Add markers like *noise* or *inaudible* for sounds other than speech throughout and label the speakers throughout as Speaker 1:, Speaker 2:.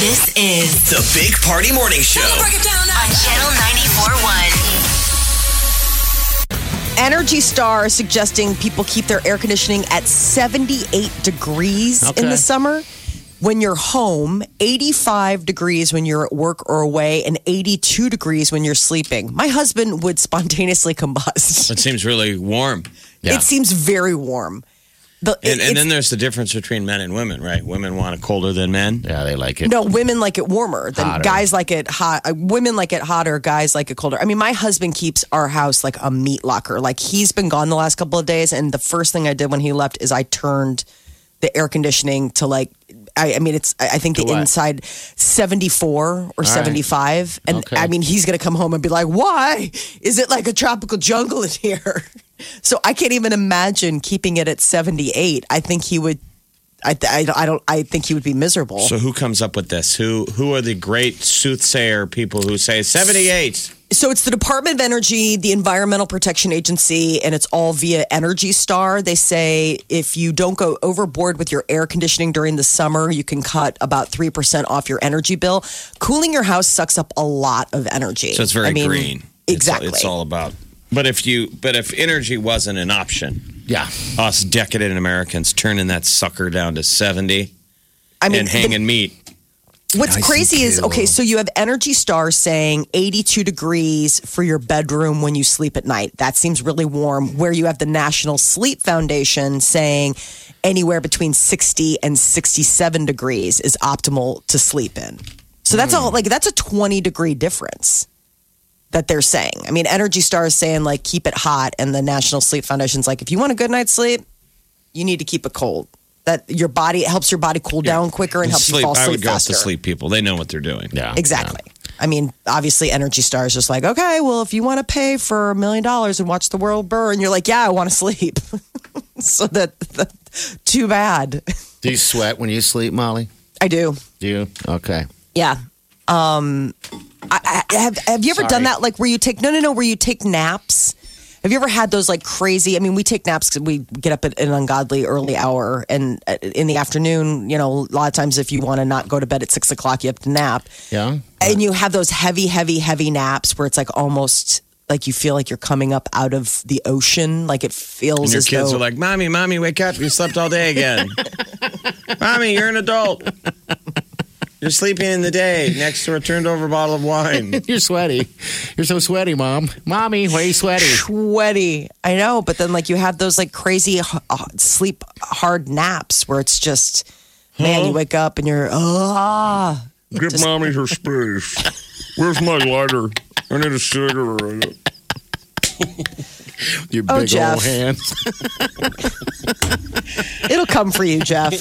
Speaker 1: This is
Speaker 2: The Big Party Morning Show.
Speaker 1: Break it down on Channel 94.1.
Speaker 3: Energy Star is suggesting people keep their air conditioning at 78 degrees
Speaker 4: Okay.
Speaker 3: in the summer when you're home, 85 degrees when you're at work or away, and 82 degrees when you're sleeping. My husband would spontaneously combust.
Speaker 4: It seems really warm. Yeah.
Speaker 3: It seems very warm. The,
Speaker 4: and, and
Speaker 3: it's-
Speaker 4: then there's the difference between men and women, right? Women want it colder than men.
Speaker 5: Yeah, they like it.
Speaker 3: no, women like it warmer than
Speaker 5: Hotter.
Speaker 3: guys like it hot. uh, Women like it hotter, guys like it colder. I mean, my husband keeps our house like a meat locker. Like he's been gone the last couple of days, and the first thing I did when he left is I turned the air conditioning to like. I, I mean, it's. I I think the
Speaker 5: what?
Speaker 3: inside seventy four or seventy five, and
Speaker 5: Okay.
Speaker 3: I mean, he's gonna come home and be like, "Why is it like a tropical jungle in here?" *laughs* So I can't even imagine keeping it at seventy eight. I think he would. I, I, I don't. I think he would be miserable.
Speaker 4: So who comes up with this? Who who are the great soothsayer people who say 78?
Speaker 3: So it's the Department of Energy, the Environmental Protection Agency, and it's all via Energy Star. They say if you don't go overboard with your air conditioning during the summer, you can cut about 3% off your energy bill. Cooling your house sucks up a lot of energy.
Speaker 4: So it's very
Speaker 3: I mean,
Speaker 4: green. It's all-
Speaker 3: Exactly.
Speaker 4: It's, all about. But if you but if energy wasn't an option,
Speaker 5: Yeah.
Speaker 4: us decadent Americans turning that sucker down to 70
Speaker 3: I mean,
Speaker 4: and
Speaker 3: the-
Speaker 4: hanging meat.
Speaker 3: What's
Speaker 6: Nice
Speaker 3: crazy is
Speaker 6: and
Speaker 3: okay, so you have Energy Star saying 82 degrees for your bedroom when you sleep at night. That seems really warm. Where you have the National Sleep Foundation saying anywhere between 60 and 67 degrees is optimal to sleep in. So that's
Speaker 4: Hmm.
Speaker 3: all like that's a 20 degree difference that they're saying. I mean, Energy Star is saying like keep it hot and the National Sleep Foundation's like if you want a good night's sleep, you need to keep it cold. That your body it helps your body cool down quicker and helps
Speaker 4: sleep.
Speaker 3: you fall asleep
Speaker 4: I would go with
Speaker 3: faster.
Speaker 4: the sleep people. They know what they're doing.
Speaker 5: Yeah.
Speaker 3: Exactly. I mean, obviously, Energy Star is just like, okay, well, if you want to pay for a million dollars and watch the world burn, you're like, yeah, I want to sleep. *laughs* so that, that, too bad. *laughs*
Speaker 5: Yeah. Do you sweat when you sleep, Molly?
Speaker 3: I do.
Speaker 5: Do you? Okay.
Speaker 3: Yeah. Um, I, I, have have you ever done
Speaker 5: Sorry.
Speaker 3: that? Like where you take no, no, no, where you take naps. Have you ever had those like crazy? I mean, we take naps 'cause we get up at an ungodly early hour, and uh, in the afternoon, you know, a lot of times if you want to not go to bed at six o'clock, you have to nap.
Speaker 5: Yeah.
Speaker 3: and you have those heavy, heavy, heavy naps where it's like almost like you feel like you're coming up out of the ocean. Like it feels
Speaker 4: And your
Speaker 3: as
Speaker 4: kids
Speaker 3: though
Speaker 4: are like, "Mommy, mommy, wake up! You slept all day
Speaker 3: *laughs*
Speaker 4: again. mommy, you're an adult. You're sleeping in the day next to a turned over bottle of wine."
Speaker 5: You're sweaty. You're so sweaty, Mom. Mommy, why are you sweaty?
Speaker 3: sweaty. I know, but then like you have those like crazy h- uh, sleep hard naps where it's just man, you wake up and you're ah.
Speaker 7: Give mommy her space. Where's my lighter? I need a cigarette.
Speaker 5: Your
Speaker 3: Oh,
Speaker 5: big
Speaker 3: Jeff.
Speaker 5: old hands. *laughs*
Speaker 3: It'll come for you, Jeff.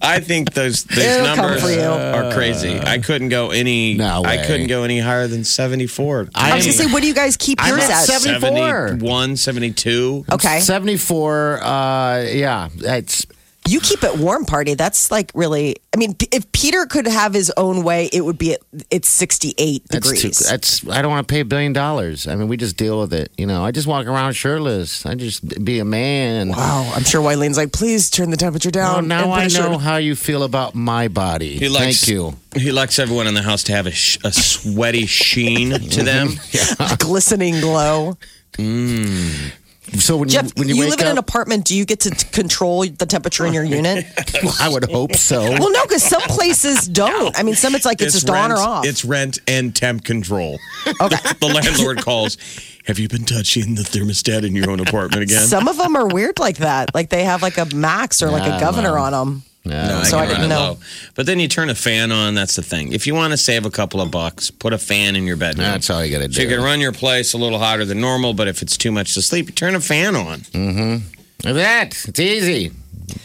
Speaker 4: I think those these
Speaker 3: It'll come
Speaker 4: numbers
Speaker 3: for you.
Speaker 4: are crazy. I couldn't go any.
Speaker 5: No
Speaker 4: I
Speaker 5: way.
Speaker 4: couldn't go any higher than seventy four.
Speaker 3: I was gonna say, what do you guys keep
Speaker 5: I'm
Speaker 3: yours
Speaker 5: at
Speaker 3: at?
Speaker 5: 74.
Speaker 4: 71, 72.
Speaker 3: Okay,
Speaker 5: 74. Uh, yeah. That's
Speaker 3: you keep it warm, party. That's like really. I mean, p- if Peter could have his own way, it would be at it's sixty eight
Speaker 5: that's
Speaker 3: degrees.
Speaker 5: too, that's I don't want to pay a billion dollars. I mean, we just deal with it. You know, I just walk around shirtless. I just be a man.
Speaker 3: Wow, I'm sure Wylene's like, please turn the temperature
Speaker 5: Oh,
Speaker 3: down.
Speaker 5: now
Speaker 3: and put
Speaker 5: I
Speaker 3: a shirt
Speaker 5: know
Speaker 3: *laughs* on."
Speaker 5: how you feel about my body.
Speaker 4: He likes
Speaker 5: Thank you.
Speaker 4: He likes everyone in the house to have a, sh- a sweaty sheen to them.
Speaker 3: *laughs* glistening glow.
Speaker 5: So when
Speaker 3: Jeff,
Speaker 5: you when you, wake
Speaker 3: live
Speaker 5: up,
Speaker 3: in an apartment. Do you get to t- control the temperature in your
Speaker 5: *laughs*
Speaker 3: unit?
Speaker 5: I would hope so.
Speaker 3: well, no, because some places don't. I mean, some it's like it's, just
Speaker 4: rent,
Speaker 3: on or off.
Speaker 4: It's rent and temp control.
Speaker 3: *laughs*
Speaker 4: *laughs* the landlord calls. Have you been touching the thermostat in your own apartment again?
Speaker 3: some of them are weird like that. Like they have like a max or like
Speaker 5: Yeah,
Speaker 3: a
Speaker 5: I
Speaker 3: governor
Speaker 5: don't
Speaker 3: on them.
Speaker 5: No,
Speaker 3: so
Speaker 4: can
Speaker 3: I didn't
Speaker 4: run it
Speaker 3: know.
Speaker 4: low. But then you turn a fan on. That's the thing. If you want to save a couple of bucks, put a fan in your bedroom.
Speaker 5: That's all you gotta
Speaker 4: So you
Speaker 5: do.
Speaker 4: can run your place a little hotter than normal, but if it's too much to sleep, you turn a fan on.
Speaker 5: Look at that. It's easy.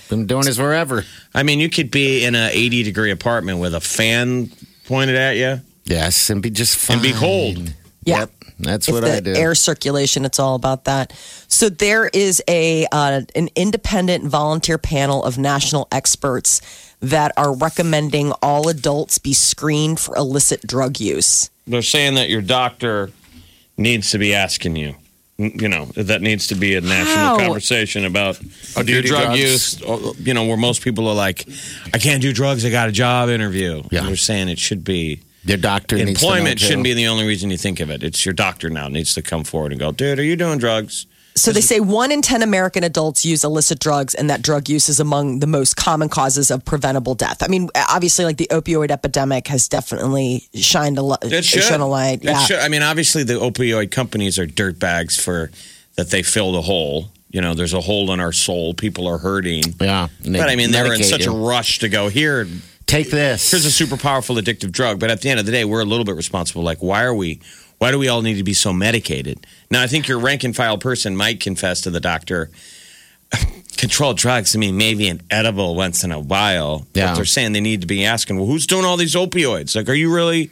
Speaker 5: Been doing this forever.
Speaker 4: I mean, you could be in an 80 degree apartment with a fan pointed at you.
Speaker 5: Yes, and be just fine.
Speaker 4: And be cold.
Speaker 3: Yeah.
Speaker 5: Yep, that's
Speaker 3: It's
Speaker 5: what
Speaker 3: the
Speaker 5: I do.
Speaker 3: air circulation. It's all about that. So there is a uh, an independent volunteer panel of national experts that are recommending all adults be screened for illicit drug use.
Speaker 4: They're saying that your doctor needs to be asking you. You know, that needs to be a national
Speaker 8: How?
Speaker 4: conversation about your
Speaker 5: do
Speaker 4: drug
Speaker 5: drugs.
Speaker 4: use. Oh, You know, where most people are like, I can't do drugs. I got a job interview.
Speaker 5: Yeah.
Speaker 4: They're saying it should be
Speaker 5: Your doctor needs to know,
Speaker 4: employment
Speaker 5: too.
Speaker 4: shouldn't be the only reason you think of it. It's your doctor now needs to come forward and go, dude, are you doing drugs?
Speaker 3: So they say one in 10 American adults use illicit drugs, and that drug use is among the most common causes of preventable death. I mean, obviously, like the opioid epidemic has definitely shined a, li-
Speaker 4: It should.
Speaker 3: shone a light.
Speaker 4: It should. I mean, obviously, the opioid companies are dirtbags for that they filled a hole. You know, there's a hole in our soul. People are hurting.
Speaker 5: Yeah, and they
Speaker 4: But I mean, they were in
Speaker 5: medicate
Speaker 4: such a
Speaker 5: you.
Speaker 4: rush to go here.
Speaker 5: take this.
Speaker 4: Here's a super powerful addictive drug. But at the end of the day, we're a little bit responsible. Like, why are we? Why do we all need to be so medicated? Now, I think your rank and file person might confess to the doctor. *laughs* Controlled drugs. I mean, maybe an edible once in a while.
Speaker 5: Yeah.
Speaker 4: But they're saying they need to be asking, well, who's doing all these opioids? Like, are you really?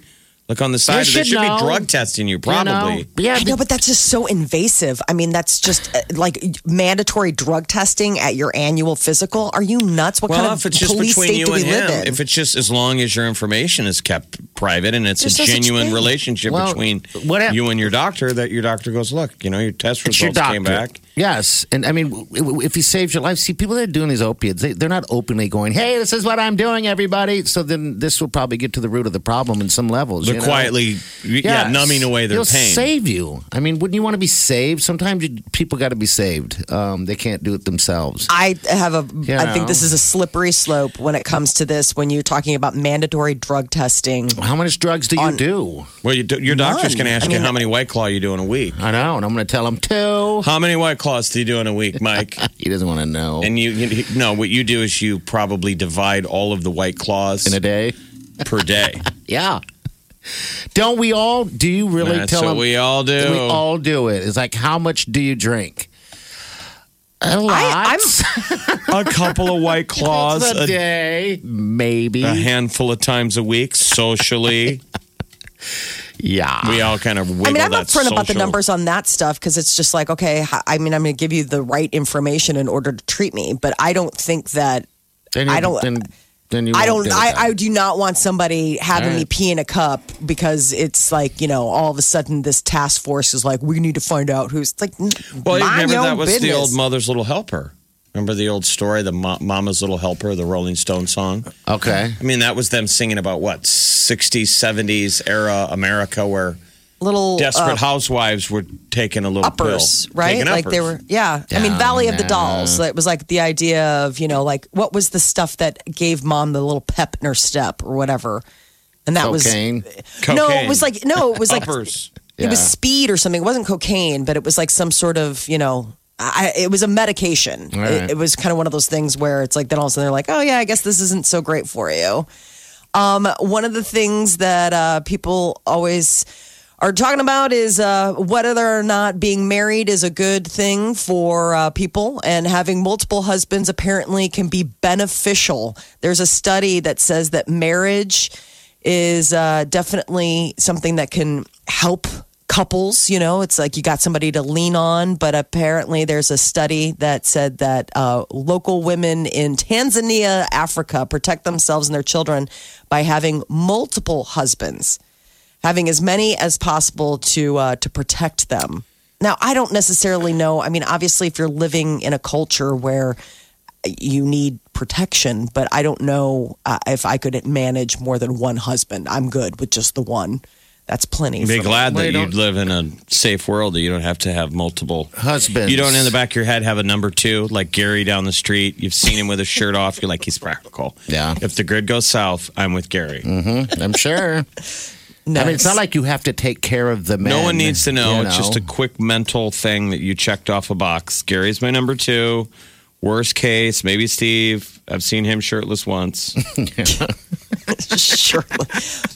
Speaker 4: Like on the side,
Speaker 5: You
Speaker 4: they
Speaker 5: should
Speaker 4: should
Speaker 5: know.
Speaker 4: be drug testing you,
Speaker 5: You know?
Speaker 4: probably.
Speaker 5: Yeah,
Speaker 3: I know, but that's just so invasive. I mean, that's just uh, like mandatory drug testing at your annual physical. Are you nuts? What
Speaker 4: Well,
Speaker 3: kind
Speaker 4: if
Speaker 3: of
Speaker 4: it's just
Speaker 3: police
Speaker 4: between
Speaker 3: state do
Speaker 4: you
Speaker 3: we
Speaker 4: and him,
Speaker 3: live in?
Speaker 4: if it's just as long as your information is kept private and it's
Speaker 3: There's
Speaker 4: a
Speaker 3: no such
Speaker 4: genuine
Speaker 3: thing.
Speaker 4: relationship
Speaker 5: Well,
Speaker 4: between
Speaker 5: what hap-
Speaker 4: you and your doctor, that your doctor goes, look, you know, your test
Speaker 5: It's your
Speaker 4: results
Speaker 5: doctor.
Speaker 4: came back.
Speaker 5: Yes, and I mean, w- w- if he saves your life, see, people that are doing these opiates, they, they're not openly going, "Hey, this is what I'm doing, everybody." So then, this will probably get to the root of the problem in some levels.
Speaker 4: They're
Speaker 5: you know?
Speaker 4: quietly, yeah,
Speaker 5: Yes.
Speaker 4: numbing away their
Speaker 5: It'll
Speaker 4: pain.
Speaker 5: Save you. I mean, wouldn't you want to be saved? Sometimes you, people got to be saved. Um, they can't do it themselves.
Speaker 3: I have a.
Speaker 5: You
Speaker 3: I think
Speaker 5: know.
Speaker 3: this is a slippery slope when it comes to this. When you're talking about mandatory drug testing,
Speaker 5: How much drugs do you
Speaker 3: On-
Speaker 5: do?
Speaker 4: well, you, do- your doctor's
Speaker 3: None.
Speaker 4: going to ask
Speaker 3: I mean-
Speaker 4: you how many white claw you do in a
Speaker 5: *laughs*
Speaker 4: week.
Speaker 5: I know, and I'm going to tell him two.
Speaker 4: How many white claws do you do in a week,
Speaker 5: *laughs*
Speaker 4: Mike?
Speaker 5: He doesn't want to know.
Speaker 4: and you, you no, what you do is you probably divide all of the white claws
Speaker 5: in a day,
Speaker 4: per day.
Speaker 5: yeah. Don't we all? Do you *laughs* really
Speaker 4: That's
Speaker 5: tell
Speaker 4: what
Speaker 5: him?
Speaker 4: we all do.
Speaker 5: We all do it. It's like, how much do you drink? A lot.
Speaker 3: I, I'm. *laughs*
Speaker 4: a couple of
Speaker 5: *laughs*
Speaker 4: white claws
Speaker 5: a
Speaker 4: a
Speaker 5: day, maybe.
Speaker 4: a handful of times a
Speaker 3: *laughs*
Speaker 4: week socially.
Speaker 5: yeah.
Speaker 4: we all kind of wiggle
Speaker 3: I mean, I'm
Speaker 4: that
Speaker 3: upfront about the
Speaker 4: social-
Speaker 3: numbers on that stuff because it's just like, okay, h- I mean, I'm going to give you the right information in order to treat me, but I don't think that
Speaker 5: Then you,
Speaker 3: I don't-
Speaker 5: Then, then you
Speaker 3: I don't.
Speaker 5: won't do it
Speaker 3: I,
Speaker 5: then.
Speaker 3: I do not want somebody having
Speaker 5: All
Speaker 3: me
Speaker 5: right.
Speaker 3: pee in a cup because it's like you know all of a sudden this task force is like we need to find out who's it's like.
Speaker 4: Well, you
Speaker 3: mind
Speaker 4: remember
Speaker 3: your
Speaker 4: that
Speaker 3: own
Speaker 4: was the
Speaker 3: business.
Speaker 4: old Mother's Little Helper. Remember the old story, the Mo- Mama's Little Helper, the Rolling Stone song?
Speaker 3: *laughs*
Speaker 5: okay.
Speaker 4: I mean, that was them singing about what, 60s, 70s era America where
Speaker 3: little
Speaker 4: desperate
Speaker 3: uh,
Speaker 4: housewives were taking a little
Speaker 3: uppers,
Speaker 4: pill.
Speaker 3: right?
Speaker 4: Taking
Speaker 3: Like they were,
Speaker 4: uppers.
Speaker 3: yeah. I mean,
Speaker 5: Down
Speaker 3: Valley of the
Speaker 5: now.
Speaker 3: Dolls. That was like the idea of you know, like what was the stuff that gave mom the little pep in her step or whatever, and that
Speaker 5: Cocaine.
Speaker 3: was no, it
Speaker 4: Cocaine.
Speaker 3: was like no, it was like
Speaker 4: uppers.
Speaker 3: it was
Speaker 5: Yeah.
Speaker 3: speed or something. It wasn't cocaine, but it was like some sort of you know. I, it was a medication.
Speaker 5: All right.
Speaker 3: It, it was kind of one of those things where it's like then all of a sudden they're like, oh yeah, I guess this isn't so great for you. Um, one of the things that uh, people always are talking about is uh, whether or not being married is a good thing for uh, people, and having multiple husbands apparently can be beneficial. There's a study that says that marriage is uh, definitely something that can help couples. You know, it's like you got somebody to lean on, but apparently there's a study that said that uh, local women in Tanzania, Africa, protect themselves and their children by having multiple husbands, having as many as possible to uh, to protect them. Now, I don't necessarily know. I mean, obviously, if you're living in a culture where you need protection, but I don't know uh, if I could manage more than one husband. I'm good with just the one. That's plenty.
Speaker 4: Be
Speaker 3: for me.
Speaker 4: glad
Speaker 5: Well,
Speaker 4: that
Speaker 5: you
Speaker 4: you live in a safe world that you don't have to have multiple
Speaker 5: Husbands.
Speaker 4: You don't in the back of your head have a number two like Gary down the street. You've seen him with his shirt off. You're like he's practical.
Speaker 5: Yeah. Mm-hmm.
Speaker 4: If the grid goes south, I'm with Gary.
Speaker 5: I'm sure. I mean, it's not like you have to take care of the man.
Speaker 4: No one needs to know.
Speaker 5: you
Speaker 4: It's just a quick mental thing that you checked off a box. Gary's my number two. Worst case, maybe Steve. I've seen him shirtless
Speaker 5: *laughs*
Speaker 4: once.
Speaker 3: *laughs* sure.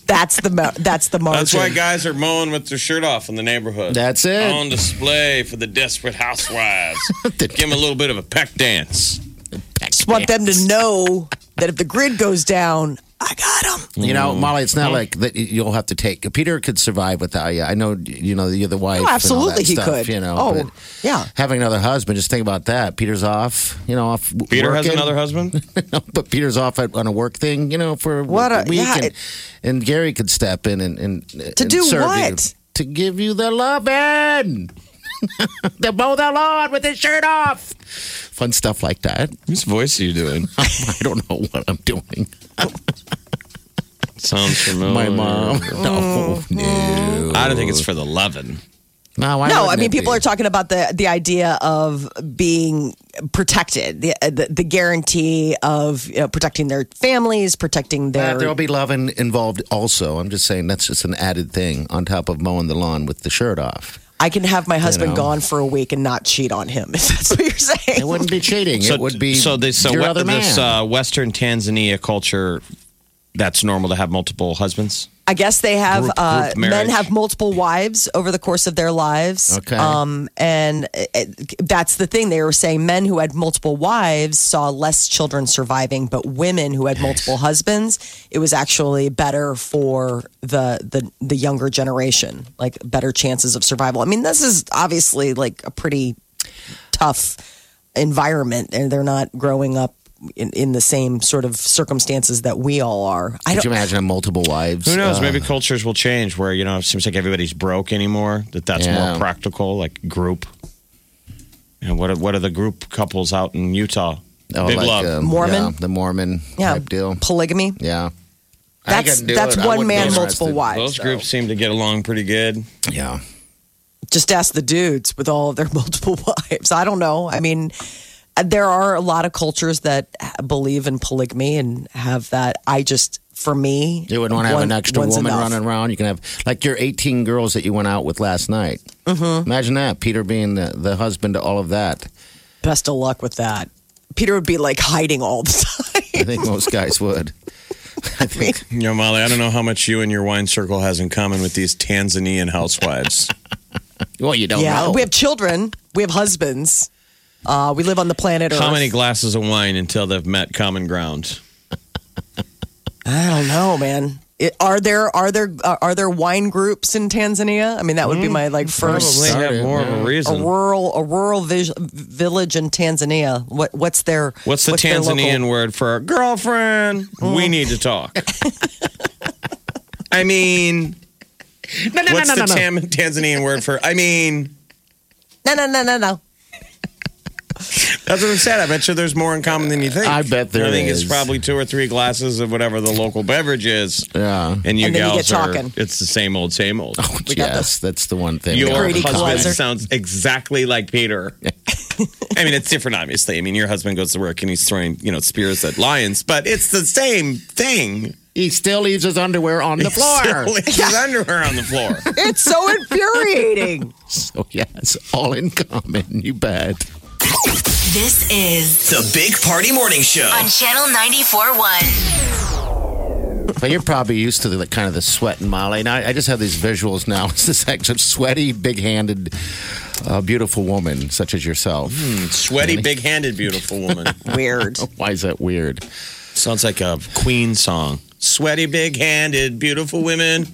Speaker 3: That's the mo- that's the margin.
Speaker 4: That's why guys are mowing with their shirt off in the neighborhood.
Speaker 5: That's it. *laughs*
Speaker 4: On display for the desperate housewives. Give them a little bit of a peck dance.
Speaker 3: Just want them to know that if the grid goes down, I got them.
Speaker 5: You know, Molly, it's not like that you'll have to take. Peter could survive without you. I know, you know, you're the wife.
Speaker 3: Oh,
Speaker 5: and all
Speaker 3: absolutely
Speaker 5: that
Speaker 3: he
Speaker 5: stuff,
Speaker 3: could.
Speaker 5: You know,
Speaker 3: Oh,
Speaker 5: but
Speaker 3: yeah.
Speaker 5: Having another husband, just think about that. Peter's off, you know, off. w-
Speaker 4: Peter has
Speaker 5: working.
Speaker 4: another *laughs* husband?
Speaker 5: no, but Peter's off at, on a work thing, you know, for
Speaker 3: What
Speaker 5: a,
Speaker 3: a-
Speaker 5: week,
Speaker 3: yeah,
Speaker 5: and,
Speaker 3: it-
Speaker 5: and Gary could step in and and to
Speaker 3: do what?
Speaker 5: To give you the loving, *laughs* to mow the lawn with his shirt off, fun stuff like that. *laughs*
Speaker 4: Whose voice are you doing?
Speaker 5: I don't know what I'm doing.
Speaker 4: Sounds familiar.
Speaker 5: My
Speaker 3: Oh,
Speaker 5: mom, *laughs* no, no,
Speaker 4: I don't think it's for the loving.
Speaker 5: no. why
Speaker 3: No,
Speaker 5: wouldn't
Speaker 3: I mean
Speaker 5: it be?
Speaker 3: people are talking about the the idea of being protected, the uh, the, the guarantee of you know, protecting their families, protecting
Speaker 5: Uh,
Speaker 3: their.
Speaker 5: there'll be love in, involved also. I'm just saying that's just an added thing on top of mowing the lawn with the shirt off.
Speaker 3: I can have my husband
Speaker 5: know.
Speaker 3: gone for a week and not cheat on him. *laughs* If that's what you're saying.
Speaker 5: It wouldn't be cheating. it would be
Speaker 4: so this so
Speaker 5: your
Speaker 4: what-
Speaker 5: other man.
Speaker 4: this uh, Western Tanzania culture. That's normal to have multiple husbands.
Speaker 3: I guess they have
Speaker 4: Group-
Speaker 3: uh,
Speaker 4: group
Speaker 3: men
Speaker 4: marriage.
Speaker 3: have multiple wives over the course of their lives.
Speaker 5: Okay.
Speaker 3: um, and it, it- that's the thing they were saying. Men who had multiple wives saw less children surviving, but women who had multiple husbands, it was actually better for the the the younger generation, like better chances of survival. I mean, this is obviously like a pretty tough environment, and they're not growing up. In, in the same sort of circumstances that we all are, I
Speaker 5: Could you
Speaker 3: don't.
Speaker 5: imagine multiple wives?
Speaker 4: Who knows?
Speaker 5: Uh,
Speaker 4: Maybe cultures will change where you know it seems like everybody's broke anymore. That that's
Speaker 5: Yeah.
Speaker 4: more practical, like group. And what are, what are the group couples out in Utah?
Speaker 5: oh,
Speaker 4: Big
Speaker 5: like,
Speaker 4: love.
Speaker 5: um,
Speaker 3: Mormon?
Speaker 5: yeah, the Mormon type deal.
Speaker 3: polygamy.
Speaker 5: Yeah, I
Speaker 3: That's
Speaker 5: couldn't do
Speaker 3: that's
Speaker 5: it. I
Speaker 3: one
Speaker 5: wouldn't
Speaker 3: man,
Speaker 5: be
Speaker 3: multiple
Speaker 5: interested.
Speaker 3: wives.
Speaker 4: Those
Speaker 3: though.
Speaker 4: groups seem to get along pretty good.
Speaker 5: Yeah,
Speaker 3: Just ask the dudes with all of their *laughs* multiple wives. I don't know. I mean, there are a lot of cultures that believe in polygamy and have that. I just, for me,
Speaker 5: you wouldn't want to have
Speaker 3: one-
Speaker 5: an extra
Speaker 3: one's
Speaker 5: woman
Speaker 3: enough.
Speaker 5: running around. You can have like your 18 girls that you went out with last night. Mm-hmm. Imagine that, Peter being the, the husband to all of that.
Speaker 3: Best of luck with that. Peter would be like hiding all the *laughs* time.
Speaker 5: I think most guys would. I think
Speaker 4: You know, Molly, I don't know how much you and your wine circle has in common with these Tanzanian housewives.
Speaker 5: Well, you don't
Speaker 3: yeah,
Speaker 5: know.
Speaker 3: we have children. We have husbands. Uh, we live on the planet Earth.
Speaker 4: how many glasses of wine until they've met common ground?
Speaker 3: I don't know, man. It, are there are there uh, are there wine groups in Tanzania? I mean, that would be my like first
Speaker 4: Mm, Probably have
Speaker 5: started,
Speaker 4: more of a
Speaker 3: a
Speaker 4: reason.
Speaker 3: rural a rural vis- village in Tanzania. What what's their
Speaker 4: What's the
Speaker 3: their local-
Speaker 4: Tanzanian word for girlfriend? We need to talk. I mean,
Speaker 5: no, no,
Speaker 4: what's
Speaker 5: no, no,
Speaker 4: the
Speaker 5: no.
Speaker 4: Tam- Tanzanian word for? I mean,
Speaker 3: No no no no no.
Speaker 4: that's what I said. I bet you there's more in common than you think.
Speaker 5: I bet there
Speaker 4: I think
Speaker 5: is.
Speaker 4: it's probably two or three glasses of whatever the local beverage is.
Speaker 5: Yeah.
Speaker 4: And you
Speaker 3: And then
Speaker 4: gals
Speaker 3: you get
Speaker 4: are-
Speaker 3: talking.
Speaker 4: It's the same old, same
Speaker 5: *laughs*
Speaker 4: old.
Speaker 5: yes, that's the one thing.
Speaker 4: Your
Speaker 3: Great
Speaker 4: husband
Speaker 3: equalizer.
Speaker 4: sounds exactly like
Speaker 5: *laughs*
Speaker 4: Peter. I mean, it's different, obviously. I mean, your husband goes to work and he's throwing, you know, spears at lions, but it's the same thing.
Speaker 5: He still leaves his
Speaker 4: *laughs*
Speaker 5: underwear on the floor.
Speaker 4: Still leaves
Speaker 5: *laughs*
Speaker 4: his underwear on the floor.
Speaker 3: It's
Speaker 4: *laughs*
Speaker 3: so infuriating.
Speaker 5: so yeah, it's Oh, all in common. You bet.
Speaker 1: This is
Speaker 2: The Big Party Morning Show.
Speaker 1: on Channel 94.1.
Speaker 5: But you're probably used to the like, kind of the sweat and Molly. And I, I just have these visuals now. *laughs* It's this actual sweaty, big-handed, uh, beautiful woman such as yourself.
Speaker 4: Hmm. Sweaty, big handed, beautiful woman. *laughs*
Speaker 3: Weird.
Speaker 5: Why is that weird?
Speaker 4: Sounds like a Queen song. Sweaty, big handed, beautiful women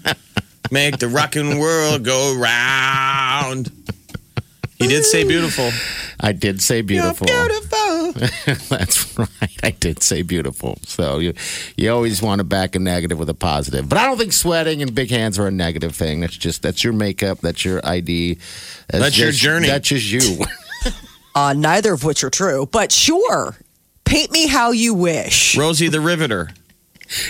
Speaker 4: make the rockin' world go round. He did say beautiful.
Speaker 5: I did say beautiful. beautiful. *laughs* That's right. I did say beautiful. So you you always want to back a negative with a positive. But I don't think sweating and big hands are a negative thing. That's just that's your makeup. That's your ID.
Speaker 4: That's your
Speaker 5: just-
Speaker 4: journey.
Speaker 5: That's just you. *laughs*
Speaker 3: Uh, neither of which are true, but sure. Paint me how you wish.
Speaker 4: Rosie the Riveter.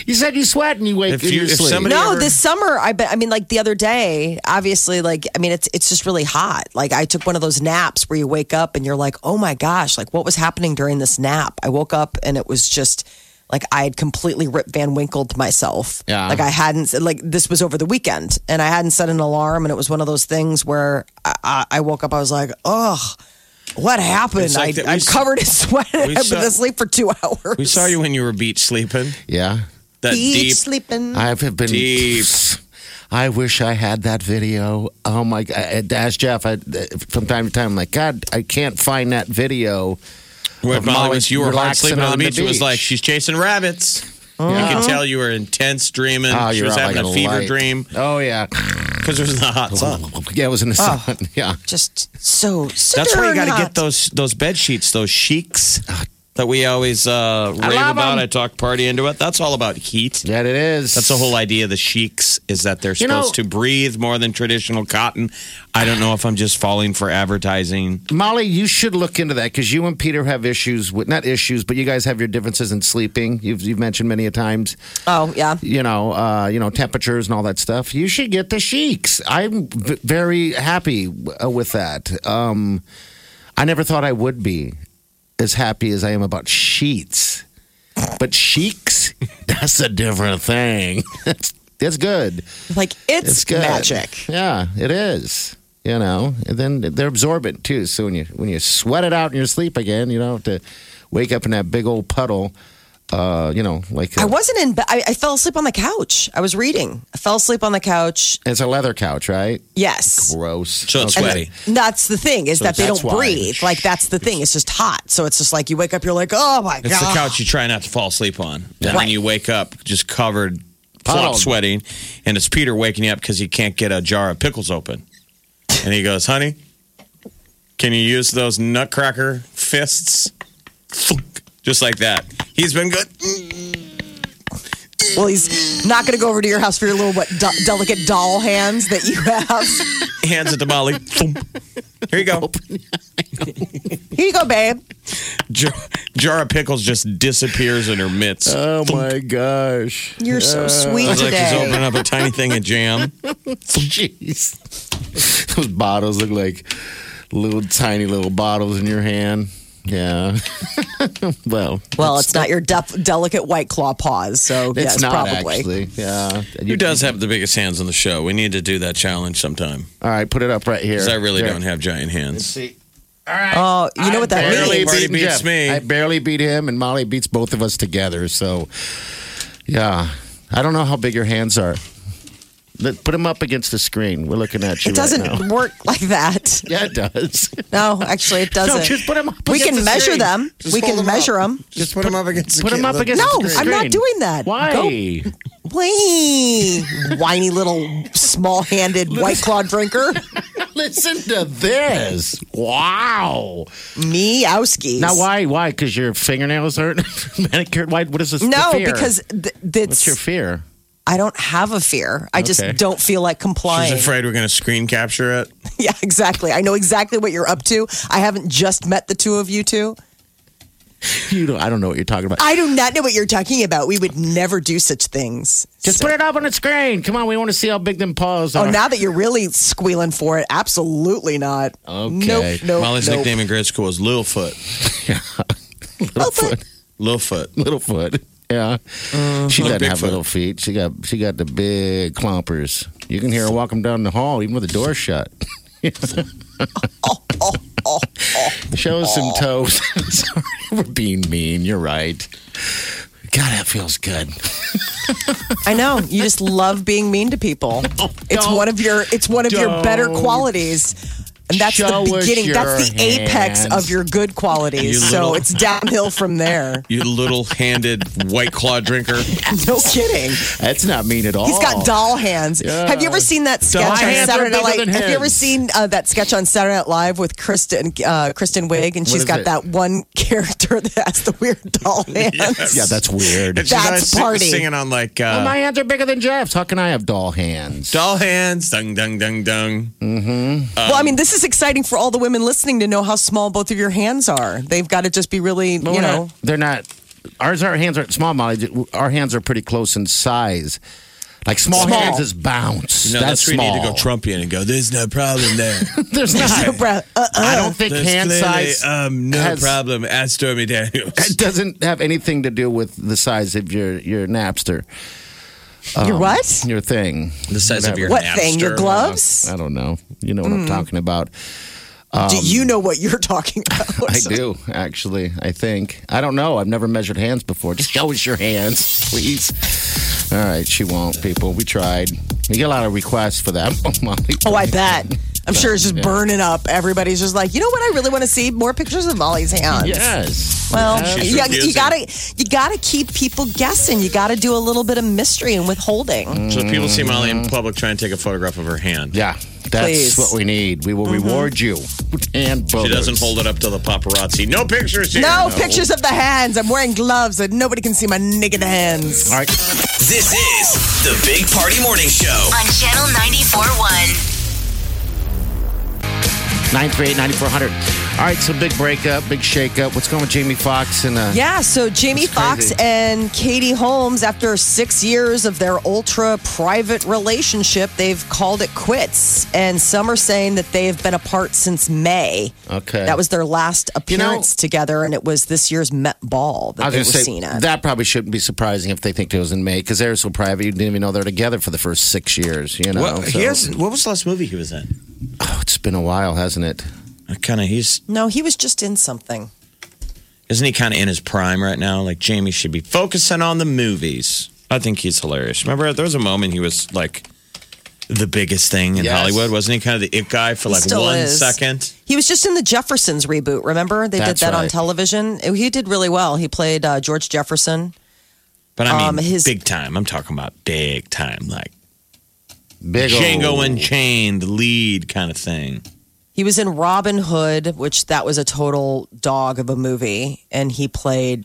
Speaker 5: you said you sweat and you wake
Speaker 4: If
Speaker 5: in
Speaker 4: you-
Speaker 5: your
Speaker 4: if
Speaker 5: sleep.
Speaker 4: somebody-
Speaker 3: No,
Speaker 4: ever-
Speaker 3: this summer I bet I mean like the other day, obviously like I mean it's it's just really hot. Like I took one of those naps where you wake up and you're like, "Oh my gosh, like what was happening during this nap?" I woke up and it was just like I had completely Rip Van Winkled myself.
Speaker 5: Yeah.
Speaker 3: Like I hadn't like this was over the weekend and I hadn't set an alarm and it was one of those things where I, I, I woke up I was like, "Ugh, what happened?
Speaker 4: It's like that
Speaker 3: I,
Speaker 4: we
Speaker 3: I'm
Speaker 4: s-
Speaker 3: covered in *laughs* sweat.
Speaker 4: we
Speaker 3: I've been
Speaker 4: saw-
Speaker 3: asleep for two *laughs* hours.
Speaker 4: We saw you when you were beach sleeping.
Speaker 5: yeah.
Speaker 4: That deep.
Speaker 3: Deep sleeping.
Speaker 5: I have been
Speaker 4: Deep.
Speaker 5: *sighs* I wish I had that video. Oh my! I, I asked Jeff I, from time to time. I'm like, God, I can't find that video
Speaker 4: When
Speaker 5: of
Speaker 4: Molly was, you were hard
Speaker 5: relaxing
Speaker 4: sleeping on the beach, it was
Speaker 5: beach. Uh-huh.
Speaker 4: like she's chasing rabbits. You could tell you were intense dreaming.
Speaker 5: Oh,
Speaker 4: she
Speaker 5: you're
Speaker 4: was
Speaker 5: out
Speaker 4: having
Speaker 5: like
Speaker 4: a fever
Speaker 5: light.
Speaker 4: dream
Speaker 5: Oh yeah,
Speaker 4: because it was in the hot sun.
Speaker 5: yeah. It was in the
Speaker 4: Ah.
Speaker 5: sun. *laughs* Yeah.
Speaker 3: Just so.
Speaker 4: That's why you got to
Speaker 3: to
Speaker 4: get those those bed sheets, those sheiks that we always uh, rave
Speaker 5: Ah. love
Speaker 4: about.
Speaker 5: 'em.
Speaker 4: I talk party into it. That's all about heat.
Speaker 5: That it is.
Speaker 4: That's the whole idea of the sheiks is that they're
Speaker 5: You know-
Speaker 4: supposed to breathe more than traditional cotton. I don't know if I'm just falling for advertising.
Speaker 5: Molly, you should look into that because you and Peter have issues with not issues, but you guys have your differences in sleeping. You've, you've mentioned many a times,
Speaker 3: Oh yeah.
Speaker 5: you know, uh, you know, temperatures and all that stuff. You should get the sheiks. I'm v- very happy uh, with that. Um, I never thought I would be as happy as I am about sheets, but sheiks, *laughs* that's a different thing. *laughs* that's, that's good.
Speaker 3: Like it's,
Speaker 5: It's good.
Speaker 3: magic.
Speaker 5: Yeah, it is. You know, and then they're absorbent too. So when you when you sweat it out in your sleep again, you don't have to wake up in that big old puddle. Uh, you know, like
Speaker 3: I
Speaker 5: a,
Speaker 3: wasn't in. be- I, I fell asleep on the couch. I was reading. I fell asleep on the couch.
Speaker 5: uh, it's a leather couch, right?
Speaker 3: Yes.
Speaker 5: Gross.
Speaker 4: So it's
Speaker 5: Okay. Oh
Speaker 4: sweaty.
Speaker 3: That's the thing is
Speaker 5: So
Speaker 3: that they
Speaker 5: that's
Speaker 3: don't
Speaker 5: why.
Speaker 3: breathe. Like that's the thing. It's just hot. So it's just like you wake up. You're like, oh my
Speaker 4: It's
Speaker 3: god.
Speaker 4: the couch you try not to fall asleep on. And then
Speaker 3: Right.
Speaker 4: you wake up just covered, flop
Speaker 5: Puddled.
Speaker 4: sweating. And it's Peter waking you up because he can't get a jar of pickles open. And he goes, honey, can you use those nutcracker fists? Thunk. Just like that. He's been good.
Speaker 3: Well, he's not going to go over to your house for your little what do- delicate doll hands that you have. *laughs*
Speaker 4: Hands it to Molly. Thump. Here you go.
Speaker 3: Here you go, babe.
Speaker 4: Jar, jar of pickles just disappears in her midst.
Speaker 5: Oh my gosh.
Speaker 3: You're so sweet
Speaker 4: it's like she's
Speaker 3: today.
Speaker 4: opening up a tiny thing of jam.
Speaker 5: *laughs* Jeez. Those bottles look like little tiny little bottles in your hand. Yeah. *laughs* well,
Speaker 3: well, it's not your def- delicate white claw paws, so yes,
Speaker 5: it's not
Speaker 3: probably.
Speaker 5: actually. Yeah.
Speaker 4: Who does have the biggest hands on the show? We need to do that challenge sometime.
Speaker 5: All right, put it up right here.
Speaker 4: Because I really
Speaker 5: There.
Speaker 4: don't have giant hands.
Speaker 5: See. All right.
Speaker 3: Oh, you know what that
Speaker 4: barely
Speaker 3: means?
Speaker 4: Party beats
Speaker 5: Jeff.
Speaker 4: me.
Speaker 5: I barely beat him, and Molly beats both of us together. So, yeah, I don't know how big your hands are. Let- Put them up against the screen. We're looking at you.
Speaker 3: It
Speaker 5: Right now. *laughs*
Speaker 3: doesn't work like that.
Speaker 5: Yeah, it does.
Speaker 3: No, actually, it doesn't.
Speaker 5: *laughs* No, just put 'em up
Speaker 3: We
Speaker 5: against
Speaker 3: can
Speaker 5: the
Speaker 3: measure
Speaker 5: screen.
Speaker 3: them. we can measure them.
Speaker 6: Just put them up against the
Speaker 5: Put them up against.
Speaker 3: No,
Speaker 5: the
Speaker 3: I'm
Speaker 5: screen.
Speaker 3: not doing that.
Speaker 5: Why? *laughs*
Speaker 3: Wee, whiny little small-handed
Speaker 5: *laughs*
Speaker 3: white claw drinker,
Speaker 5: Listen to this. Wow.
Speaker 3: meowskies.
Speaker 5: Now, why? Why? Because your fingernails *laughs* aren't manicured. Why? What is this? the
Speaker 3: No,
Speaker 5: fear?
Speaker 3: because th-
Speaker 5: what's
Speaker 3: that's
Speaker 5: your fear?
Speaker 3: I don't have a fear. I just
Speaker 5: Okay.
Speaker 3: don't feel like
Speaker 4: She's
Speaker 3: complying.
Speaker 4: afraid we're going to screen capture it.
Speaker 3: *laughs* Yeah, exactly. I know exactly what you're up to. I haven't just met the two of you two.
Speaker 5: You don't. I don't know what you're talking about.
Speaker 3: I do not know what you're talking about. We would never do such things.
Speaker 5: Just put it up on the screen. Come on, we want to see how big them paws
Speaker 3: Oh,
Speaker 5: are. *laughs*
Speaker 3: now that you're really squealing for it, absolutely not.
Speaker 5: Okay.
Speaker 3: Nope, nope,
Speaker 4: Molly's
Speaker 3: nope.
Speaker 4: nickname in grade school was Littlefoot.
Speaker 3: Littlefoot.
Speaker 4: Littlefoot.
Speaker 5: Littlefoot. Yeah.
Speaker 3: Uh-huh.
Speaker 5: she
Speaker 4: Like
Speaker 5: doesn't have
Speaker 4: Bigfoot.
Speaker 5: little feet. She got she got the big clompers. You can hear her walking down the hall even with the door shut. *laughs* Show us some toes. *laughs* Sorry, we're being mean. You're right. God, that feels good.
Speaker 3: I know. You just love being mean to
Speaker 5: *laughs*
Speaker 3: people. it's
Speaker 5: Oh, don't.
Speaker 3: one of your it's one of your better
Speaker 5: Don't.
Speaker 3: qualities. And that's
Speaker 5: Show
Speaker 3: the
Speaker 5: us
Speaker 3: beginning. That's the
Speaker 5: your
Speaker 3: apex
Speaker 5: hands.
Speaker 3: of your good qualities.
Speaker 4: You
Speaker 3: so
Speaker 4: little-
Speaker 3: it's downhill from there.
Speaker 4: You little
Speaker 5: *laughs*
Speaker 4: handed white claw drinker.
Speaker 3: No kidding.
Speaker 5: That's not mean at all.
Speaker 3: He's got doll hands.
Speaker 5: Oh. Yeah.
Speaker 3: Have you ever seen that sketch
Speaker 5: Doll
Speaker 3: on
Speaker 5: hands are
Speaker 3: Saturday Night?
Speaker 5: bigger
Speaker 3: Live?
Speaker 5: than
Speaker 3: Have you ever
Speaker 5: heads.
Speaker 3: seen uh, that sketch on Saturday Night Live with Kristen uh, Kristen Wiig, and she's
Speaker 5: is
Speaker 3: got
Speaker 5: it?
Speaker 3: that one *laughs* character that has the weird
Speaker 5: *laughs*
Speaker 3: doll hands.
Speaker 5: Yeah, that's weird.
Speaker 4: And she's
Speaker 3: That's
Speaker 4: always si-
Speaker 3: party.
Speaker 4: Singing on like uh,
Speaker 5: Well, my hands are bigger than Jeff's. How can I have doll hands?
Speaker 4: doll hands. Dung, dung, dung, dung.
Speaker 3: well, I
Speaker 5: Um,
Speaker 3: mean, this is exciting for all the women listening to know how small both of your hands are. They've got to just be really,
Speaker 5: But
Speaker 3: you
Speaker 5: we're
Speaker 3: know.
Speaker 5: not- they're not. Ours, our hands aren't small, Molly. Our hands are pretty close in size. Like small,
Speaker 3: Small.
Speaker 5: hands is bounce.
Speaker 4: No,
Speaker 5: that's
Speaker 4: that's, where you
Speaker 5: small.
Speaker 4: need to go Trumpian and go, there's no problem there.
Speaker 5: There's not.
Speaker 3: Uh,
Speaker 5: I *laughs* don't think
Speaker 4: There's
Speaker 5: hand
Speaker 4: clearly,
Speaker 5: size
Speaker 4: Um, no
Speaker 5: has-
Speaker 4: problem. Ask Stormy Daniels.
Speaker 5: *laughs* It doesn't have anything to do with the size of your your Napster,
Speaker 3: your what?
Speaker 5: your thing.
Speaker 4: The size of your
Speaker 3: What
Speaker 4: hamster.
Speaker 3: thing? Your gloves?
Speaker 5: I don't know. You know what
Speaker 3: Hmm.
Speaker 5: I'm talking about.
Speaker 3: do you know what you're *laughs* talking about?
Speaker 5: I do actually. I think. I don't know. I've never measured hands before. Just show us your hands, please. All right, she won't. People, we tried. We get a lot of requests for that. *laughs* Oh, Molly.
Speaker 3: Oh, I bet. I'm sure it's just burning up. Everybody's just like, you know what? I really want to see more pictures of Molly's hands.
Speaker 5: Yes.
Speaker 3: Well,
Speaker 4: She's
Speaker 3: yeah, you
Speaker 4: refusing.
Speaker 3: gotta you gotta keep people guessing. You gotta do a little bit of mystery and withholding.
Speaker 4: So if people see Molly in public, try and take a photograph of her hand.
Speaker 5: Yeah. That's
Speaker 3: Please. Mm-hmm.
Speaker 5: what we need. We will reward you. And
Speaker 4: She doesn't hold it up to the paparazzi. No pictures here.
Speaker 3: No pictures of the hands. I'm wearing gloves and nobody can see my naked hands.
Speaker 5: All right.
Speaker 2: This is the Big Party Morning Show.
Speaker 1: on Channel 94.1.
Speaker 5: 938-9400. All right, so big breakup, big shakeup. What's going on with Jamie Foxx and uh,
Speaker 3: Yeah, so Jamie
Speaker 5: That's
Speaker 3: Foxx
Speaker 5: crazy.
Speaker 3: and Katie Holmes, after six years of their ultra private relationship, they've called it quits. And some are saying that they have been apart since May.
Speaker 5: Okay.
Speaker 3: That was their last
Speaker 5: You know-
Speaker 3: appearance together, and it was this year's Met Ball that
Speaker 5: I was
Speaker 3: they were
Speaker 5: going to say
Speaker 3: seen at.
Speaker 5: that probably shouldn't be surprising if they think it was in May because they're so private. You didn't even know they're together for the first six years. You know,
Speaker 4: Well,
Speaker 5: so-
Speaker 4: he hasn't- what was the last movie he was in?
Speaker 5: Oh, it's been a while, hasn't it?
Speaker 4: Kind of, he's
Speaker 3: no, he was just in something.
Speaker 4: isn't he kind of in his prime right now? Like Jamie should be focusing on the movies. I think he's hilarious. Remember, there was a moment he was like the biggest thing in
Speaker 5: Yes.
Speaker 4: Hollywood, wasn't he? Kind of the it guy for
Speaker 3: He
Speaker 4: like one
Speaker 3: still
Speaker 4: second.
Speaker 3: is. He was just in the Jeffersons reboot. Remember they
Speaker 5: That's
Speaker 3: did that on
Speaker 5: right.
Speaker 3: television. He did really well. He played uh, George Jefferson.
Speaker 4: But I
Speaker 3: Um,
Speaker 4: mean,
Speaker 3: his-
Speaker 4: big time. I'm talking about big time, like
Speaker 5: Big
Speaker 4: Django
Speaker 5: ol'
Speaker 4: Unchained lead kind of thing.
Speaker 3: He was in Robin Hood, which that was a total dog of a movie, and he played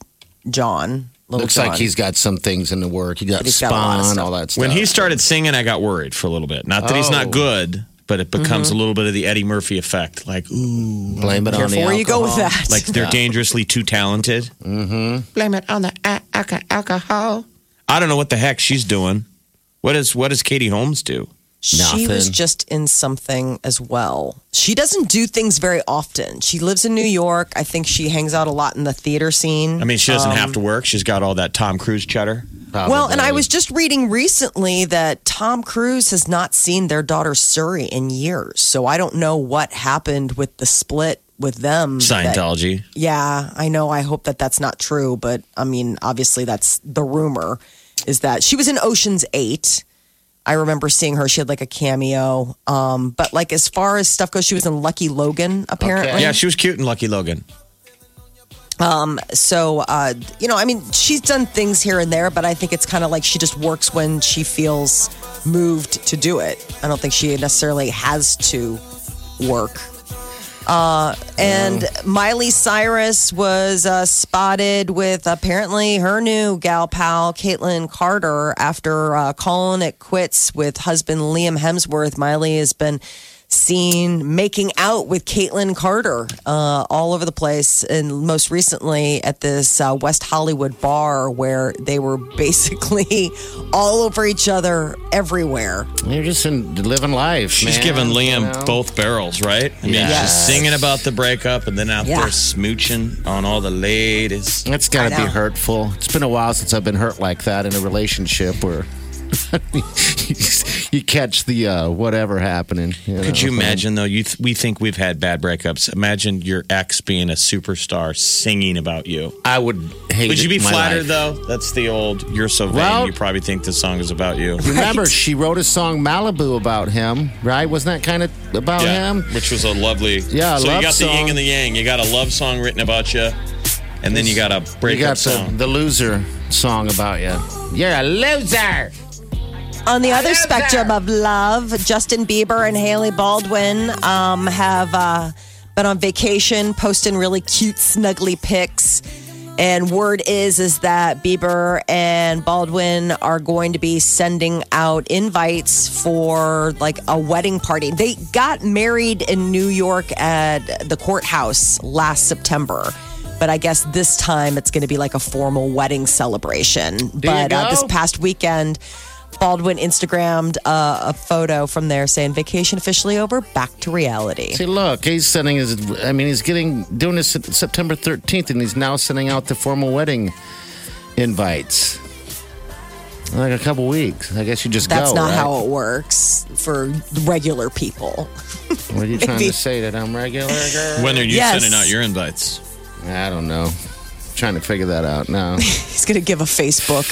Speaker 3: John. Little
Speaker 5: Looks
Speaker 3: John.
Speaker 5: like he's got some things in the work. He got
Speaker 3: he's got a lot of
Speaker 5: Spawn,
Speaker 3: stuff.
Speaker 5: all that stuff.
Speaker 4: When he started singing, I got worried for a little bit. Not that he's not
Speaker 5: Oh.
Speaker 4: good, but it
Speaker 3: Mm-hmm.
Speaker 4: becomes a little bit of the Eddie Murphy effect. Like, ooh,
Speaker 5: blame it on the
Speaker 3: Before you go with
Speaker 5: alcohol.
Speaker 3: that,
Speaker 4: like they're dangerously too talented. Mm-hmm. Blame it on the a- alco- alcohol. I don't know what the heck she's doing. What is what does Katie Holmes do?
Speaker 3: *laughs* she was
Speaker 5: nothing.
Speaker 3: just in something as well. She doesn't do things very often. She lives in New York. I think she hangs out a lot in the theater scene.
Speaker 4: I mean, she doesn't have to work. She's got all that Tom Cruise cheddar.
Speaker 5: Probably.
Speaker 3: well, and I was just reading recently that Tom Cruise has not seen their daughter Suri in years. So I don't know what happened with the split with them. that-
Speaker 4: Scientology.
Speaker 3: Yeah, I know. I hope that that's not true, but I mean, obviously, that's the rumor is that she was in Ocean's Eight. I remember seeing her. She had like a cameo. Um, but like as far as stuff goes, she was in Lucky Logan apparently.
Speaker 4: Yeah, she was cute in Lucky Logan.
Speaker 3: So uh, you know, I mean, she's done things here and there, but I think it's kind of like she just works when she feels moved to do it. I don't think she necessarily has to work. Uh, and Miley Cyrus was uh, spotted with apparently her new gal pal, Caitlyn Carter, after uh, calling it quits with husband Liam Hemsworth. Miley has been seen making out with Caitlyn Carter uh, all over the place, and most recently at this uh, West Hollywood bar where they were *laughs* basically all over each other everywhere.
Speaker 5: You're just in, living life.
Speaker 4: She's
Speaker 5: man,
Speaker 4: giving Liam
Speaker 5: you know?
Speaker 4: both barrels, right? I mean,
Speaker 5: Yes.
Speaker 4: she's singing about the breakup and then out
Speaker 3: Yeah.
Speaker 4: there smooching on all the ladies.
Speaker 5: That's got to
Speaker 3: I
Speaker 5: be
Speaker 3: know.
Speaker 5: hurtful. It's been a while since I've been hurt like that in a relationship where *laughs* you catch the uh, whatever happening.
Speaker 4: Could
Speaker 5: know.
Speaker 4: you imagine though? You th- we think we've had bad breakups. Imagine your ex being a superstar singing about you.
Speaker 5: I would hate.
Speaker 4: Would you be
Speaker 5: it my
Speaker 4: flattered
Speaker 5: life.
Speaker 4: though? That's the old "you're so vain."
Speaker 5: Well-
Speaker 4: you probably think the song is about you.
Speaker 5: Remember, she wrote a song Malibu about him, right? Wasn't that kind of about him?
Speaker 4: which was a lovely.
Speaker 5: Yeah,
Speaker 4: so
Speaker 5: love
Speaker 4: you got the
Speaker 5: song.
Speaker 4: yin and the yang. You got a love song written about you, and then you got a
Speaker 5: You
Speaker 4: breakup
Speaker 5: got the,
Speaker 4: song.
Speaker 5: the loser song about you. You're a loser.
Speaker 3: On the other spectrum of love, Justin Bieber and Haley Baldwin um, have uh, been on vacation, posting really cute, snuggly pics. And word is is that Bieber and Baldwin are going to be sending out invites for like a wedding party. They got married in New York at the courthouse last September. But I guess this time it's going to be like a formal wedding celebration. but Uh, this
Speaker 5: go.
Speaker 3: past weekend, Baldwin Instagrammed uh, a photo from there saying vacation officially over, back to reality.
Speaker 5: See, look, he's sending his. I mean, he's getting doing this Sep- September 13th, and he's now sending out the formal wedding invites. In Like a couple weeks. I guess you just
Speaker 3: That's
Speaker 5: go.
Speaker 3: not
Speaker 5: right?
Speaker 3: how it works for regular people.
Speaker 5: What are you trying
Speaker 3: Maybe.
Speaker 5: to say that I'm regular? Girl?
Speaker 4: When are you
Speaker 3: Yes.
Speaker 4: sending out your invites?
Speaker 5: I don't know. trying to figure that out now.
Speaker 3: He's going to give a Facebook,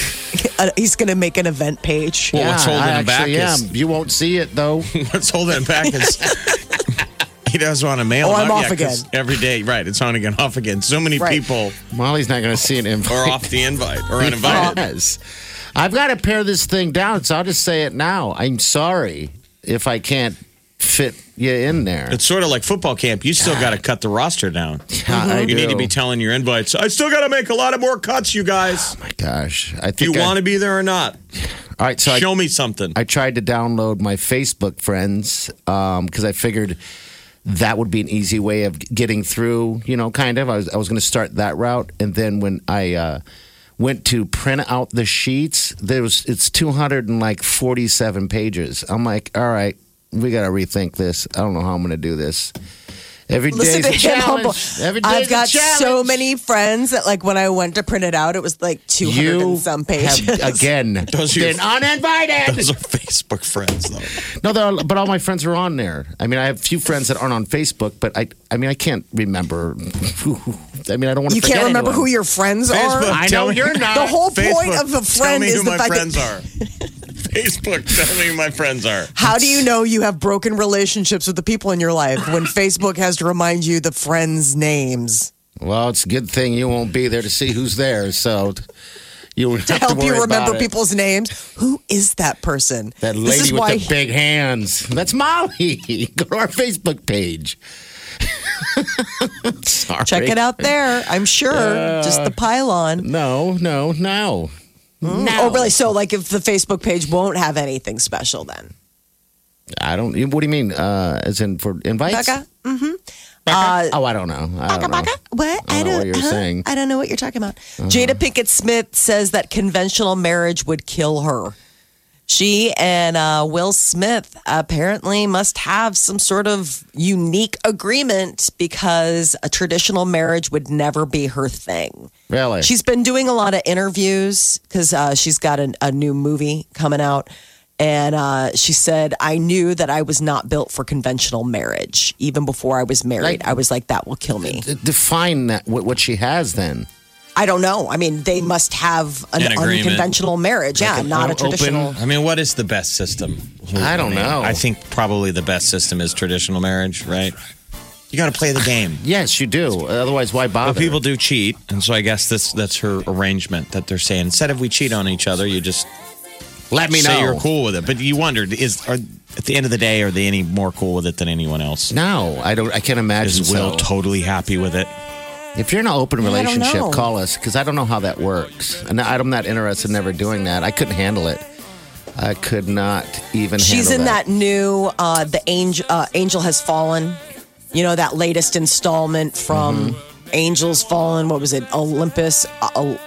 Speaker 3: uh, he's going to make an event page.
Speaker 4: Well, what's holding
Speaker 5: I
Speaker 4: him back
Speaker 5: actually
Speaker 4: is *laughs*
Speaker 5: am. You won't see it though. *laughs*
Speaker 4: what's holding him back is He does want to mail.
Speaker 3: Oh,
Speaker 4: them
Speaker 3: I'm
Speaker 4: out.
Speaker 3: off
Speaker 4: Yeah, 'cause
Speaker 3: again.
Speaker 4: Every day, right? It's on again, off again. So many
Speaker 3: Right.
Speaker 4: people
Speaker 5: Molly's not going to see an invite.
Speaker 4: are off the invite
Speaker 5: *laughs*
Speaker 4: or uninvited.
Speaker 5: Yes. I've got to pare this thing down, so I'll just say it now. I'm sorry if I can't fit you in there.
Speaker 4: It's sort of like football camp. You still got to cut the roster down.
Speaker 5: I
Speaker 4: You need to
Speaker 5: do.
Speaker 4: be telling your invites. I still got to make a lot of more cuts, you guys.
Speaker 5: My gosh, I
Speaker 4: Do you
Speaker 5: think I-
Speaker 4: want to be there or not?
Speaker 5: All right, so I,
Speaker 4: Show me something.
Speaker 5: I tried to download my Facebook friends because I figured that would be an easy way of getting through. You know, kind of. I was I was going to start that route, and then when I uh, went to print out the sheets, there was it's two hundred and like forty seven pages. I'm like, all right, we got to rethink this. I don't know how I'm going to do this. Every
Speaker 3: Listen
Speaker 5: day's a
Speaker 3: to him humble.
Speaker 5: challenge. Every day's
Speaker 3: I've
Speaker 5: a
Speaker 3: got so
Speaker 5: challenge.
Speaker 3: many friends that, like, when I went to print it out, it was like 200
Speaker 5: You
Speaker 3: and some pages.
Speaker 5: have again
Speaker 4: Those are your-
Speaker 5: been uninvited.
Speaker 4: Those are Facebook friends, though.
Speaker 5: No, there are, but all my friends are on there. I mean, I have few friends that aren't on Facebook, but I, I mean, I can't remember. Who, I mean, I don't want to.
Speaker 3: you can't remember who your friends
Speaker 4: Facebook,
Speaker 3: are?
Speaker 5: I
Speaker 4: tell
Speaker 5: know
Speaker 4: me-
Speaker 5: you're not.
Speaker 3: The whole point
Speaker 4: Facebook,
Speaker 3: of a
Speaker 4: tell
Speaker 3: friend
Speaker 4: me
Speaker 3: is
Speaker 4: who
Speaker 3: the
Speaker 4: my
Speaker 3: fact
Speaker 4: friends
Speaker 3: that.
Speaker 4: are. *laughs* Facebook, tell me who my friends are.
Speaker 3: How do you know you have broken relationships with the people in your life
Speaker 5: *laughs*
Speaker 3: when Facebook has to remind you the friends' names?
Speaker 5: Well, it's a good thing you won't be there to see who's there, so you won't have to
Speaker 3: help
Speaker 5: worry
Speaker 3: you
Speaker 5: about
Speaker 3: remember
Speaker 5: it.
Speaker 3: people's names. Who is that person?
Speaker 5: That
Speaker 3: This
Speaker 5: lady
Speaker 3: is
Speaker 5: with
Speaker 3: why
Speaker 5: the big hands. That's Molly. *laughs* Go to our Facebook page. *laughs* Sorry.
Speaker 3: check it out there. I'm sure just the pylon.
Speaker 5: No, no, no. No.
Speaker 3: Oh, really? So, like, if the Facebook page won't have anything special, then
Speaker 5: I don't. What do you mean? Uh, as in for invites?
Speaker 3: Becca. Mm-hmm. Uh,
Speaker 5: Oh, I don't know. I
Speaker 3: Baka
Speaker 5: don't know.
Speaker 3: baka? What?
Speaker 5: I don't know what you're
Speaker 3: huh?
Speaker 5: saying. Uh-huh.
Speaker 3: I don't know what you're talking about. Jada Pinkett Smith says that conventional marriage would kill her. She and uh, Will Smith apparently must have some sort of unique agreement because a traditional marriage would never be her thing.
Speaker 5: Really?
Speaker 3: She's been doing a lot of interviews because uh, she's got an, a new movie coming out. And uh, she said, I knew that I was not built for conventional marriage. Even before I was married,
Speaker 5: Like-
Speaker 3: I was like, that will kill me.
Speaker 5: D- define that what, what she has then
Speaker 3: I don't know. I mean, they must have an,
Speaker 4: Mm. An agreement.
Speaker 3: unconventional marriage. Yeah, not a
Speaker 5: open-
Speaker 3: traditional.
Speaker 4: I mean, what is the best system?
Speaker 5: I don't know.
Speaker 4: I think probably the best system is traditional marriage, right? You got to play the game.
Speaker 5: yes you do otherwise why bother
Speaker 4: But people do cheat, and so I guess this that's her arrangement that they're saying. Instead of we cheat on each other, you just
Speaker 5: let me
Speaker 4: say
Speaker 5: know
Speaker 4: you're cool with it. But you wondered is are at the end of the day, are they any more cool with it than anyone else?
Speaker 5: no i don't i can't imagine
Speaker 4: Is Will
Speaker 5: so.
Speaker 4: totally happy with it?
Speaker 5: if you're in an open
Speaker 3: I don't
Speaker 5: relationship
Speaker 3: know.
Speaker 5: call us because i don't know how that works and I- i'm not interested in ever doing that i couldn't handle it i could not even
Speaker 3: She's
Speaker 5: handle
Speaker 3: in that new uh, the angel uh, angel has fallen. You know that latest installment from
Speaker 4: Mm-hmm.
Speaker 3: Angels Fallen. What was it? Olympus. Uh, Ol-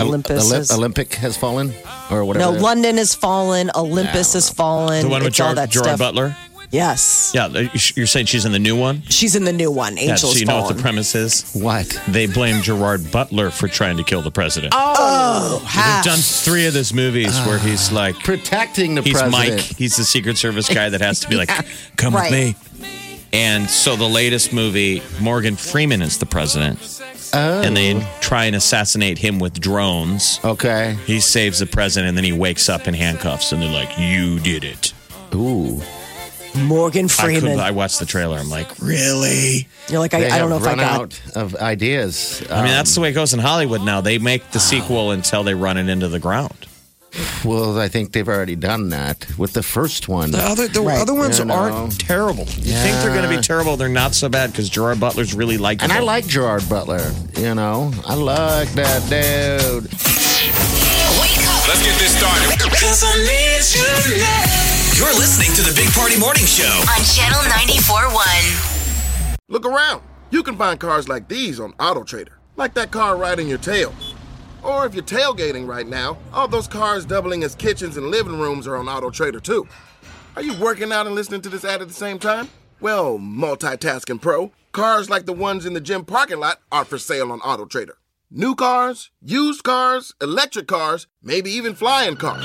Speaker 3: Olympus.
Speaker 5: Olymp-
Speaker 3: is-
Speaker 5: olympic has fallen or
Speaker 3: no,
Speaker 5: whatever it is.
Speaker 3: London has fallen. Olympus has fallen.
Speaker 4: The one with
Speaker 3: It's all
Speaker 4: Gerard,
Speaker 3: that
Speaker 4: Gerard
Speaker 3: stuff.
Speaker 4: Butler?
Speaker 3: Yes,
Speaker 4: Yeah, uh, you're saying she's in the new one?
Speaker 3: she's in the new one.
Speaker 4: Yeah,
Speaker 3: Angels
Speaker 4: so you know
Speaker 3: fallen.
Speaker 4: what the premise is?
Speaker 5: what
Speaker 4: They blame Gerard Butler for trying to kill the president.
Speaker 3: Ha.
Speaker 4: They've done three of those movies
Speaker 3: Ah,
Speaker 4: where he's like,
Speaker 5: protecting the
Speaker 4: he's Mike.
Speaker 5: president
Speaker 4: He's the Secret Service guy that has to
Speaker 3: *laughs*
Speaker 4: be like, come
Speaker 3: Right.
Speaker 4: with me. And so the latest movie, Morgan Freeman is the president,
Speaker 5: oh
Speaker 4: and they try and assassinate him with drones.
Speaker 5: okay
Speaker 4: He saves the president, and then he wakes up in handcuffs, and they're like, "You did it."
Speaker 5: ooh
Speaker 3: Morgan
Speaker 4: I, couldn't-
Speaker 3: Freeman.
Speaker 4: I watched the trailer. I'm like, really?
Speaker 3: You're like
Speaker 5: they
Speaker 3: I, I don't know
Speaker 5: have
Speaker 3: if I
Speaker 5: run
Speaker 3: got.
Speaker 5: out of ideas
Speaker 4: I mean, that's the way it goes in Hollywood now. They make the sequel until they run it into the ground.
Speaker 5: Well, I think they've already done that with the first one.
Speaker 4: The other, the
Speaker 3: Right.
Speaker 4: other ones
Speaker 5: You know.
Speaker 4: aren't terrible. You think they're going to be terrible? They're not so bad because Gerard Butler's really like.
Speaker 5: And I like Gerard Butler, you know. I like that dude.
Speaker 1: Wake up
Speaker 2: Let's get this started. You're listening to the Big Party Morning Show.
Speaker 1: on Channel 94.1.
Speaker 9: Look around. You can find cars like these on AutoTrader, like that car riding your tail. Or if you're tailgating right now, all those cars doubling as kitchens and living rooms are on AutoTrader too. Are you working out and listening to this ad at the same time? Well, multitasking pro, cars like the ones in the gym parking lot are for sale on AutoTrader. New cars, used cars, electric cars, maybe even flying cars.